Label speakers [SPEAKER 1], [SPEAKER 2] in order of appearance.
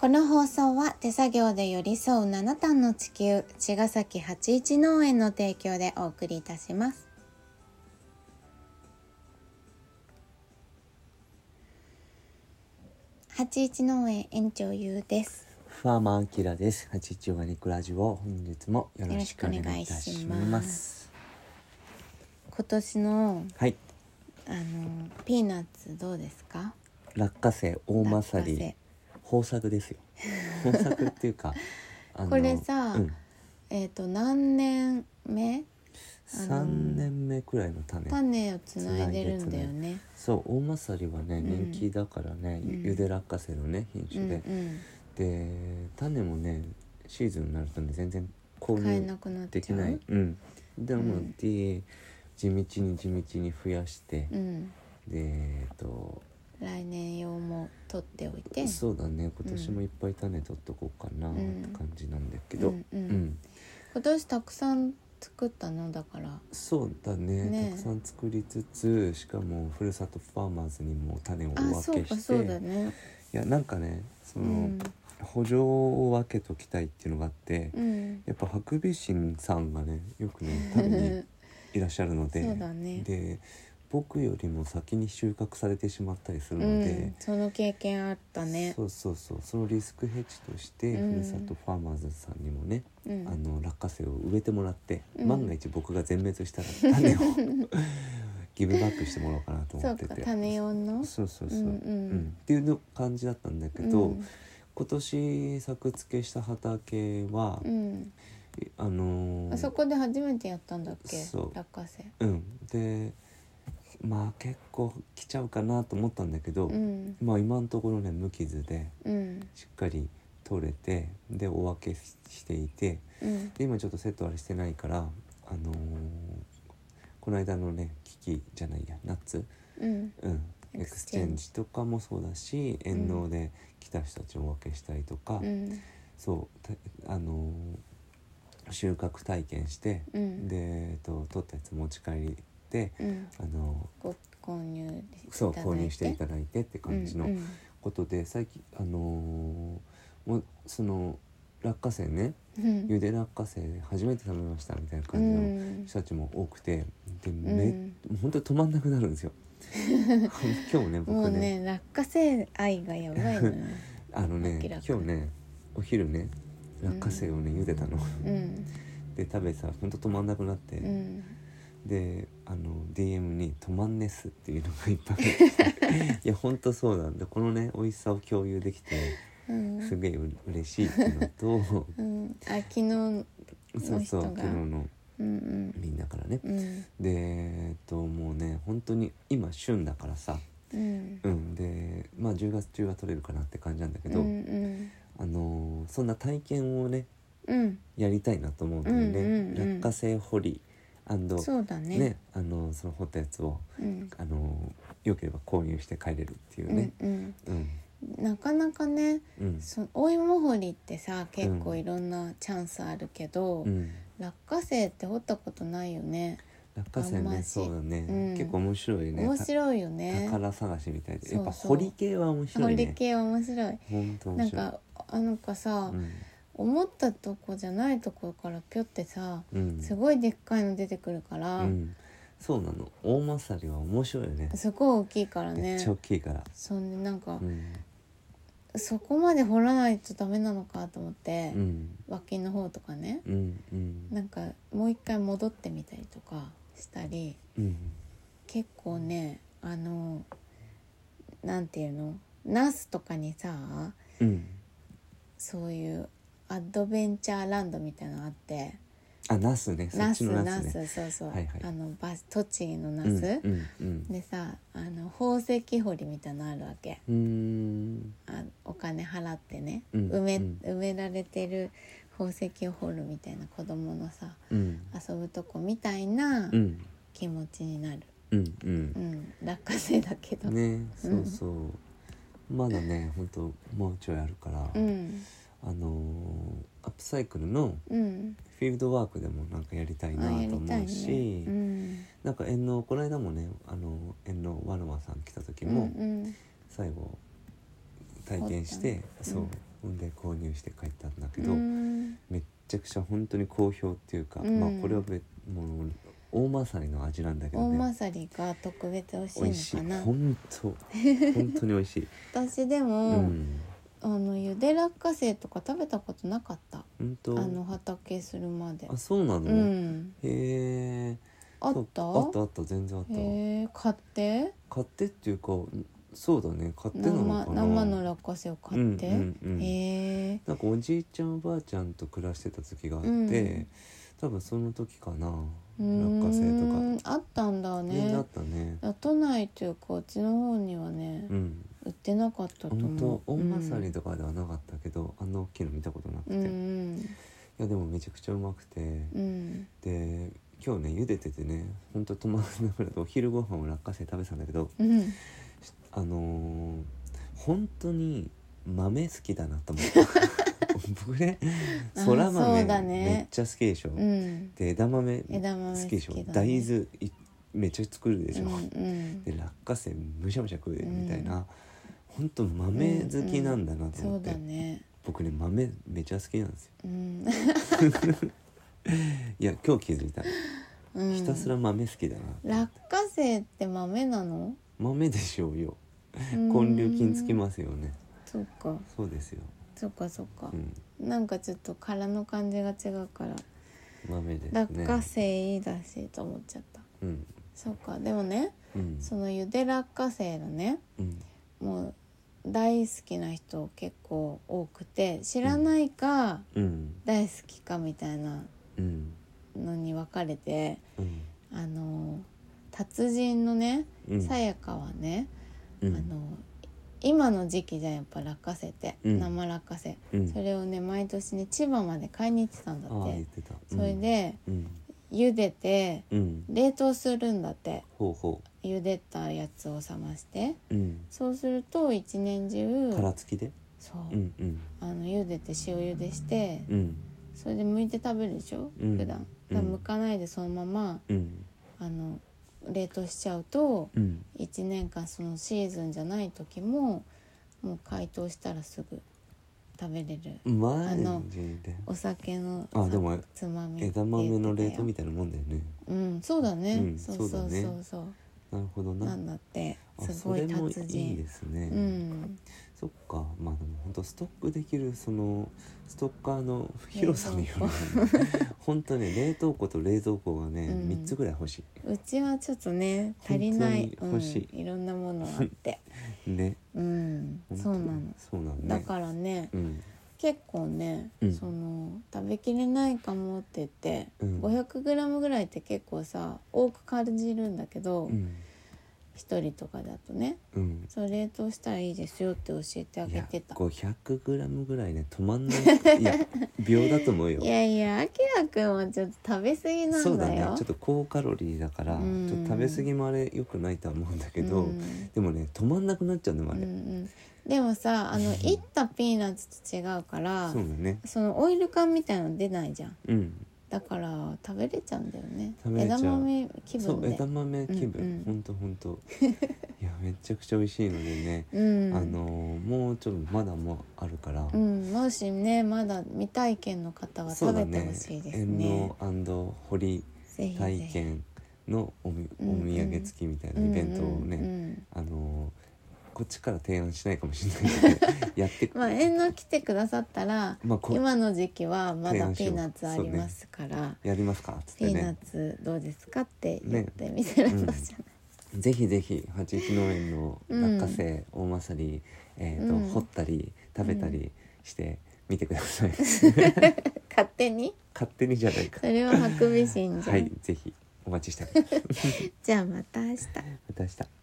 [SPEAKER 1] この放送は手作業で寄り添う七段の地球茅ヶ崎八一農園の提供でお送りいたします八一農園園長ゆうです
[SPEAKER 2] ファーマンアキラです。八一ガニクラジオ本日もよろしくお願いいたし
[SPEAKER 1] よろしくお願いしま
[SPEAKER 2] ます。
[SPEAKER 1] す今年の
[SPEAKER 2] はい、
[SPEAKER 1] あのピーナッツどうですか
[SPEAKER 2] 落花生大まさ
[SPEAKER 1] 落花
[SPEAKER 2] り豊作です よ。豊作っていうか、あの
[SPEAKER 1] これさ
[SPEAKER 2] うん、
[SPEAKER 1] 生えっ、と何年目あの
[SPEAKER 2] 三年目くらいの種。
[SPEAKER 1] 種をつないでるんだよね。
[SPEAKER 2] そう大まさりはね
[SPEAKER 1] ん
[SPEAKER 2] 人気だからね、
[SPEAKER 1] うん
[SPEAKER 2] ゆゆで落花生のね品
[SPEAKER 1] う
[SPEAKER 2] 種
[SPEAKER 1] んう
[SPEAKER 2] で、
[SPEAKER 1] ん。
[SPEAKER 2] で種もねシーズンになるとね全然購
[SPEAKER 1] 買え
[SPEAKER 2] 入
[SPEAKER 1] なくなっ
[SPEAKER 2] で
[SPEAKER 1] ち
[SPEAKER 2] き
[SPEAKER 1] ゃう。
[SPEAKER 2] ない。うん、でも、
[SPEAKER 1] うん
[SPEAKER 2] で地道に地道に増やして、
[SPEAKER 1] うん。
[SPEAKER 2] でえっと
[SPEAKER 1] 来年用も取っておいて。
[SPEAKER 2] そうだね今年もいっぱい種取っとこうかなっ
[SPEAKER 1] うん
[SPEAKER 2] て感じなんだけ
[SPEAKER 1] う
[SPEAKER 2] ど、
[SPEAKER 1] んう。
[SPEAKER 2] うんん
[SPEAKER 1] 今年たくさん作ったのだから。
[SPEAKER 2] そうだね
[SPEAKER 1] ねえ
[SPEAKER 2] たくさん作りつつしかもふるさとファーマーズにも種をお
[SPEAKER 1] あ、そ
[SPEAKER 2] 分
[SPEAKER 1] う
[SPEAKER 2] け
[SPEAKER 1] か
[SPEAKER 2] し
[SPEAKER 1] そうだ
[SPEAKER 2] て
[SPEAKER 1] ね。
[SPEAKER 2] いやなんかねそうの、
[SPEAKER 1] ん。
[SPEAKER 2] 補助を分けときたいっていうのがあって、
[SPEAKER 1] うん。
[SPEAKER 2] やっぱハクビシンさんがねよくね食べにいらっしゃるので
[SPEAKER 1] そうだね
[SPEAKER 2] で僕よりも先に収穫されてしまったりする
[SPEAKER 1] う
[SPEAKER 2] ので。
[SPEAKER 1] ん。その経験あったね
[SPEAKER 2] そ。うそうそうそのリスクヘッジとして、
[SPEAKER 1] うん
[SPEAKER 2] ふるさとファーマーズさんにもね、
[SPEAKER 1] う
[SPEAKER 2] あ
[SPEAKER 1] ん。
[SPEAKER 2] の落花生を植えてもらって、
[SPEAKER 1] うん
[SPEAKER 2] 万が一僕が全滅したら 種をギブバックしてもらおうかなと
[SPEAKER 1] そ
[SPEAKER 2] 思っ
[SPEAKER 1] う
[SPEAKER 2] て
[SPEAKER 1] か
[SPEAKER 2] て
[SPEAKER 1] 種用の。
[SPEAKER 2] そうそうそうう、
[SPEAKER 1] ん
[SPEAKER 2] う
[SPEAKER 1] うんん
[SPEAKER 2] っていうの感じだったんだけど、
[SPEAKER 1] うん
[SPEAKER 2] 今年作付けした畑は、
[SPEAKER 1] うん。
[SPEAKER 2] あのー
[SPEAKER 1] あそこで初めてやったんだっけ
[SPEAKER 2] そう
[SPEAKER 1] 落花生。
[SPEAKER 2] うんでまあ結構来ちゃうかなと思ったんだけど、
[SPEAKER 1] うん。
[SPEAKER 2] まあ今のところね無傷で。
[SPEAKER 1] うん。
[SPEAKER 2] しっかり取れてでお分けししていて
[SPEAKER 1] うん。
[SPEAKER 2] で今ちょっとセットあれしてないからあのーこの間のねキキじゃないやナッツ
[SPEAKER 1] うん。
[SPEAKER 2] うん
[SPEAKER 1] エ
[SPEAKER 2] エ
[SPEAKER 1] ク
[SPEAKER 2] ク
[SPEAKER 1] ス
[SPEAKER 2] ス
[SPEAKER 1] チ
[SPEAKER 2] チ
[SPEAKER 1] ェ
[SPEAKER 2] ェ
[SPEAKER 1] ンジ
[SPEAKER 2] ンジとかもそうだし遠納で来た人たちをお分けしたりとか、
[SPEAKER 1] うん。
[SPEAKER 2] そうたあのー収穫体験して、
[SPEAKER 1] うん
[SPEAKER 2] で、えっと、取ったやつ持ち帰りで、
[SPEAKER 1] うん。
[SPEAKER 2] あの
[SPEAKER 1] ご購入
[SPEAKER 2] ーそう購入してい
[SPEAKER 1] だ
[SPEAKER 2] ただいてって
[SPEAKER 1] い
[SPEAKER 2] 感じの
[SPEAKER 1] うんうん
[SPEAKER 2] ことで最近あのーもうその落花生ね
[SPEAKER 1] うん
[SPEAKER 2] ゆで落花生初めて食べましたみたいな
[SPEAKER 1] う
[SPEAKER 2] 感じの
[SPEAKER 1] ん
[SPEAKER 2] 人たちも多くてで
[SPEAKER 1] う
[SPEAKER 2] め、
[SPEAKER 1] ん
[SPEAKER 2] 本当に止まんなくなるんですよ 今日もね
[SPEAKER 1] も
[SPEAKER 2] 僕
[SPEAKER 1] う
[SPEAKER 2] ね
[SPEAKER 1] ね落花生愛がやばいのよ
[SPEAKER 2] あのね
[SPEAKER 1] 明らか
[SPEAKER 2] 今日ねお昼ね落花生をね茹でたの、
[SPEAKER 1] うん
[SPEAKER 2] で食べてたら本当止まんなくなって、
[SPEAKER 1] うん
[SPEAKER 2] であの DM に「止まんねっす」っていうのがい っぱい来ていや本当そうなんでこのね美味しさを共有できて
[SPEAKER 1] うん
[SPEAKER 2] すげえう嬉しいっていうのと
[SPEAKER 1] うんあ昨日うん
[SPEAKER 2] そうそう
[SPEAKER 1] の人が
[SPEAKER 2] 昨日の
[SPEAKER 1] うん
[SPEAKER 2] みんなからね
[SPEAKER 1] うん
[SPEAKER 2] でえっともうね本当に今旬だからさ
[SPEAKER 1] うん
[SPEAKER 2] うんでまあ10月中は取れるかなって感じなんだけど、
[SPEAKER 1] うんうん
[SPEAKER 2] あのーそんな体験をね
[SPEAKER 1] うん
[SPEAKER 2] やりたいなと思うんだよね、
[SPEAKER 1] うんうんうん
[SPEAKER 2] 落花生掘りね
[SPEAKER 1] そうだね
[SPEAKER 2] ねあのーその掘ったやつを、
[SPEAKER 1] うん
[SPEAKER 2] あのーよければ購入して帰れるっていうね
[SPEAKER 1] うん
[SPEAKER 2] うん
[SPEAKER 1] うんなかなかね
[SPEAKER 2] うん
[SPEAKER 1] そお芋掘りってさ結構いろんなチャンスあるけど、
[SPEAKER 2] うん
[SPEAKER 1] 落花生って掘ったことないよね
[SPEAKER 2] 落花生
[SPEAKER 1] あんま
[SPEAKER 2] ね
[SPEAKER 1] し
[SPEAKER 2] そうだね、
[SPEAKER 1] うん
[SPEAKER 2] 結構面白いね
[SPEAKER 1] 面白いよね
[SPEAKER 2] た宝探しみたいで
[SPEAKER 1] そうそう
[SPEAKER 2] やっぱ掘り系は面白
[SPEAKER 1] 掘
[SPEAKER 2] い
[SPEAKER 1] り
[SPEAKER 2] ね
[SPEAKER 1] 系面白い
[SPEAKER 2] ほんと
[SPEAKER 1] な
[SPEAKER 2] 面
[SPEAKER 1] ん
[SPEAKER 2] 白い
[SPEAKER 1] かあなんかさ、
[SPEAKER 2] うん
[SPEAKER 1] 思ったとこじゃないとこからぴょってさ
[SPEAKER 2] うん
[SPEAKER 1] すごいでっかいの出てくるから、
[SPEAKER 2] うん、そうなの大まさりは面白いよね
[SPEAKER 1] すごい大きいから
[SPEAKER 2] め
[SPEAKER 1] ね
[SPEAKER 2] っちゃ大きいから、
[SPEAKER 1] そんでなんか、
[SPEAKER 2] うん
[SPEAKER 1] そこまで掘らないとダメなのかと思って、
[SPEAKER 2] うん
[SPEAKER 1] 脇の方とかね
[SPEAKER 2] うんうん
[SPEAKER 1] なんかもう一回戻ってみたりとかしたり
[SPEAKER 2] うん
[SPEAKER 1] 結構ねあのなんていうのナスとかにさ
[SPEAKER 2] うん
[SPEAKER 1] そういうアドベンチャーランドみたいなのあって。
[SPEAKER 2] あナスねそ
[SPEAKER 1] ナ
[SPEAKER 2] っ
[SPEAKER 1] ス
[SPEAKER 2] ちのナ
[SPEAKER 1] ナ
[SPEAKER 2] スね
[SPEAKER 1] スそうそう、
[SPEAKER 2] はいはい
[SPEAKER 1] あのバス栃木のナ
[SPEAKER 2] うん
[SPEAKER 1] ス、
[SPEAKER 2] うんうん
[SPEAKER 1] でさあの宝石掘りみたいなのあるわけ
[SPEAKER 2] うーん
[SPEAKER 1] あお金払ってね、
[SPEAKER 2] うん
[SPEAKER 1] 埋め
[SPEAKER 2] うん
[SPEAKER 1] 埋められてる宝石を掘るみたいな子供のさ
[SPEAKER 2] うん
[SPEAKER 1] 遊ぶとこみたいな
[SPEAKER 2] うん
[SPEAKER 1] 気持ちになる、
[SPEAKER 2] うんう
[SPEAKER 1] うんん、落花生だけど、
[SPEAKER 2] ねそうそう、まだね本当もうちょいあるから、
[SPEAKER 1] うん
[SPEAKER 2] あのーアップサイクルの
[SPEAKER 1] うん
[SPEAKER 2] フィールドワークでもなんかやりたいな
[SPEAKER 1] あや
[SPEAKER 2] と
[SPEAKER 1] りた
[SPEAKER 2] 思
[SPEAKER 1] いう
[SPEAKER 2] し、
[SPEAKER 1] ねうん
[SPEAKER 2] なんか遠のこの間もねあの遠のわのわさん来た時も、
[SPEAKER 1] うん
[SPEAKER 2] 最後体験して、
[SPEAKER 1] うん
[SPEAKER 2] そう、
[SPEAKER 1] うん
[SPEAKER 2] ほんで購入して帰ったんだけ
[SPEAKER 1] う
[SPEAKER 2] ど、
[SPEAKER 1] ん
[SPEAKER 2] めっちゃくちゃ本当に好評っていうか、
[SPEAKER 1] うん
[SPEAKER 2] まあこれは別もう大まさりの味なんだけど
[SPEAKER 1] 大ま
[SPEAKER 2] ね
[SPEAKER 1] さりが特別美
[SPEAKER 2] 美
[SPEAKER 1] 味
[SPEAKER 2] 味
[SPEAKER 1] し
[SPEAKER 2] し
[SPEAKER 1] い
[SPEAKER 2] い
[SPEAKER 1] のかな
[SPEAKER 2] 本 当本当に美味しい、
[SPEAKER 1] 私で
[SPEAKER 2] う
[SPEAKER 1] も、
[SPEAKER 2] ん、
[SPEAKER 1] あのゆで落花生とか食べたことなかった
[SPEAKER 2] 本
[SPEAKER 1] あ
[SPEAKER 2] 当
[SPEAKER 1] の畑するまで
[SPEAKER 2] あそうなの、
[SPEAKER 1] うん
[SPEAKER 2] へえ
[SPEAKER 1] あった
[SPEAKER 2] あったあった全然あった、
[SPEAKER 1] へえ買って
[SPEAKER 2] 買ってっていうかそうだね買ってなの
[SPEAKER 1] 生
[SPEAKER 2] かな
[SPEAKER 1] 生の落花生を買って、
[SPEAKER 2] うんうんうん
[SPEAKER 1] へえ
[SPEAKER 2] なんかおじいちゃんおばあちゃんと暮らしてた時があって、
[SPEAKER 1] うん
[SPEAKER 2] 多分その時かな
[SPEAKER 1] うー
[SPEAKER 2] 落花生
[SPEAKER 1] んあったんだ
[SPEAKER 2] とかねあ
[SPEAKER 1] ね
[SPEAKER 2] ったね
[SPEAKER 1] 都内というかうちの方にはね、
[SPEAKER 2] うん
[SPEAKER 1] 売ってなかったと
[SPEAKER 2] 本
[SPEAKER 1] 思
[SPEAKER 2] 当
[SPEAKER 1] う
[SPEAKER 2] 大まさりとかではなかったけど、あんな大きいの見たことなくて、
[SPEAKER 1] うん
[SPEAKER 2] いやでもめちゃくちゃうまくて、
[SPEAKER 1] うんうん
[SPEAKER 2] で今日ね茹でててねほんと友達ながらお昼ご飯を落花生食べてたんだけど
[SPEAKER 1] うん
[SPEAKER 2] あのー、本当に豆好きだなと思った 僕ね
[SPEAKER 1] あー
[SPEAKER 2] そら豆
[SPEAKER 1] そうだね
[SPEAKER 2] めっちゃ好きでしょ、
[SPEAKER 1] うん
[SPEAKER 2] で枝豆
[SPEAKER 1] 枝豆
[SPEAKER 2] 好
[SPEAKER 1] 好
[SPEAKER 2] き
[SPEAKER 1] き
[SPEAKER 2] で
[SPEAKER 1] だ
[SPEAKER 2] しょ、
[SPEAKER 1] ね
[SPEAKER 2] 大豆いめっちゃ作るでしょ、
[SPEAKER 1] うん
[SPEAKER 2] で落花生むしゃむしゃ食う
[SPEAKER 1] うん
[SPEAKER 2] みたいな、ほんと豆好きなんだな
[SPEAKER 1] うん、
[SPEAKER 2] と
[SPEAKER 1] そ
[SPEAKER 2] 思っ
[SPEAKER 1] う
[SPEAKER 2] て、
[SPEAKER 1] だね
[SPEAKER 2] 僕ね豆めちゃ好きなんですよ
[SPEAKER 1] うん、
[SPEAKER 2] いや今日気づいた、
[SPEAKER 1] うん、
[SPEAKER 2] ひたすら豆好きだな
[SPEAKER 1] 落花生って豆なの
[SPEAKER 2] 豆でしょうよ根粒菌つき
[SPEAKER 1] す
[SPEAKER 2] ますよね
[SPEAKER 1] そうか
[SPEAKER 2] そうですよ、
[SPEAKER 1] そうかそうか
[SPEAKER 2] う、ん、
[SPEAKER 1] なんかちょっと殻の感じが違うから
[SPEAKER 2] 豆ですね
[SPEAKER 1] 落花生いいだしと思っちゃった
[SPEAKER 2] うん
[SPEAKER 1] そうかでもね
[SPEAKER 2] うん
[SPEAKER 1] そのゆで落花生のね
[SPEAKER 2] うん
[SPEAKER 1] もう大好きな人結構多くて知らないか
[SPEAKER 2] うん
[SPEAKER 1] 大好きかみたいな
[SPEAKER 2] うん
[SPEAKER 1] のに分かれて
[SPEAKER 2] うん
[SPEAKER 1] あの達人のね
[SPEAKER 2] うん
[SPEAKER 1] さやかはね、
[SPEAKER 2] うん
[SPEAKER 1] あの今の時期じゃんやっぱ落花生って、
[SPEAKER 2] うん
[SPEAKER 1] 生落花生
[SPEAKER 2] うん
[SPEAKER 1] それをね毎年ね千葉まで買いに行ってたんだ
[SPEAKER 2] あ
[SPEAKER 1] っ
[SPEAKER 2] あ言っててた
[SPEAKER 1] それで
[SPEAKER 2] うん
[SPEAKER 1] 茹でて
[SPEAKER 2] うん、うん、
[SPEAKER 1] 冷凍するんだって
[SPEAKER 2] ほうほ
[SPEAKER 1] 茹でたやつを冷まして
[SPEAKER 2] ううん
[SPEAKER 1] そうすると一年中
[SPEAKER 2] 殻付きで
[SPEAKER 1] そう、
[SPEAKER 2] うんうん
[SPEAKER 1] あの茹でて塩茹でして
[SPEAKER 2] うん
[SPEAKER 1] それで剥いて食べるでしょ、
[SPEAKER 2] うん
[SPEAKER 1] 普段
[SPEAKER 2] うん
[SPEAKER 1] だから剥かないでそのまま
[SPEAKER 2] うん
[SPEAKER 1] あの冷凍しちゃうと
[SPEAKER 2] うん
[SPEAKER 1] 1年間そのシーズンじゃない時ももう解凍したらすぐ食べれる
[SPEAKER 2] マ
[SPEAKER 1] あの
[SPEAKER 2] ジで
[SPEAKER 1] お酒の
[SPEAKER 2] あでも
[SPEAKER 1] つまみって言ってた
[SPEAKER 2] 枝
[SPEAKER 1] よ
[SPEAKER 2] 豆の冷凍みたいなもんだよね
[SPEAKER 1] うんそうだね、
[SPEAKER 2] うん
[SPEAKER 1] そうそう
[SPEAKER 2] そ
[SPEAKER 1] そうう
[SPEAKER 2] だね
[SPEAKER 1] そう
[SPEAKER 2] なるほど
[SPEAKER 1] な
[SPEAKER 2] なん
[SPEAKER 1] だって
[SPEAKER 2] あ
[SPEAKER 1] すごい
[SPEAKER 2] それもい
[SPEAKER 1] 達人
[SPEAKER 2] いですね、
[SPEAKER 1] うん
[SPEAKER 2] そっかまあでも本当ストックできるそのストッカーの広さによるよね 本当ね冷凍庫と冷蔵庫がね、
[SPEAKER 1] うん
[SPEAKER 2] 三3つぐらい欲し
[SPEAKER 1] うちはちょっとね足りない
[SPEAKER 2] 本当に欲しい
[SPEAKER 1] うん、いろんなものあって
[SPEAKER 2] いね
[SPEAKER 1] うん
[SPEAKER 2] 本当
[SPEAKER 1] そうなの
[SPEAKER 2] そうなのね
[SPEAKER 1] だからね
[SPEAKER 2] うん
[SPEAKER 1] 結構ね、
[SPEAKER 2] うん
[SPEAKER 1] その食べきれないかもって言って、
[SPEAKER 2] うん
[SPEAKER 1] 500g ぐらいって結構さ多く感じるんだけど、
[SPEAKER 2] うん
[SPEAKER 1] 一人とかだとね
[SPEAKER 2] うん
[SPEAKER 1] そう冷凍したらいいですよって教えてあ
[SPEAKER 2] い
[SPEAKER 1] げ
[SPEAKER 2] や
[SPEAKER 1] てた
[SPEAKER 2] 500グラムぐらいね止まんない いや秒だと思うよ
[SPEAKER 1] いやいやあきらくんはちょっと食べ過ぎなんだよ
[SPEAKER 2] そうだねちょっと高カロリーだから、
[SPEAKER 1] うん
[SPEAKER 2] ちょっと食べ過ぎもあれ良くないとは思うんだけど、
[SPEAKER 1] うん
[SPEAKER 2] でもね止まんなくなっちゃうのもあ
[SPEAKER 1] うん
[SPEAKER 2] れ、
[SPEAKER 1] うん、でもさあのいったピーナッツと違うから
[SPEAKER 2] そうだね
[SPEAKER 1] そのオイル感みたいなの出ないじゃん
[SPEAKER 2] うん
[SPEAKER 1] だから食べれちゃうんだよね
[SPEAKER 2] 食べれちゃう
[SPEAKER 1] 枝豆気
[SPEAKER 2] そ
[SPEAKER 1] 分
[SPEAKER 2] う
[SPEAKER 1] で
[SPEAKER 2] 枝豆気分、
[SPEAKER 1] うんうん
[SPEAKER 2] ほんとほ んといやめちゃくちゃ美味しいのでね、
[SPEAKER 1] うん
[SPEAKER 2] あのーもうちょっとまだもうあるから、
[SPEAKER 1] うん、もしねまだ未体験の方は
[SPEAKER 2] そう
[SPEAKER 1] 食
[SPEAKER 2] だ
[SPEAKER 1] べて
[SPEAKER 2] ね
[SPEAKER 1] ほしいですね
[SPEAKER 2] 遠納堀
[SPEAKER 1] ぜひぜ
[SPEAKER 2] 体
[SPEAKER 1] ひ
[SPEAKER 2] 験のおみお
[SPEAKER 1] うんうん
[SPEAKER 2] 土産付きみたいなイベントをね、
[SPEAKER 1] うんうん
[SPEAKER 2] あのーこっちから提案しないかもしれないけど やって
[SPEAKER 1] うんまあ遠慮来てくださったら
[SPEAKER 2] まあこ
[SPEAKER 1] 今の時期はま
[SPEAKER 2] 提
[SPEAKER 1] だ
[SPEAKER 2] 案し
[SPEAKER 1] ピ
[SPEAKER 2] よ
[SPEAKER 1] ー
[SPEAKER 2] う
[SPEAKER 1] ナッツありますから、
[SPEAKER 2] やりますかっつっ
[SPEAKER 1] ピ
[SPEAKER 2] て
[SPEAKER 1] ーナッ
[SPEAKER 2] ね
[SPEAKER 1] ツどうですかって言ってみたらどうじゃない、
[SPEAKER 2] ぜひぜひ八一農園の落花生、大まさり、えーと
[SPEAKER 1] うん
[SPEAKER 2] 掘ったり食べたりしてみてくだ さい、
[SPEAKER 1] 勝手に
[SPEAKER 2] 勝手にじゃないか
[SPEAKER 1] それはハクビシンじゃん、
[SPEAKER 2] はいぜひお待ちしております
[SPEAKER 1] じゃあまた明日
[SPEAKER 2] また明日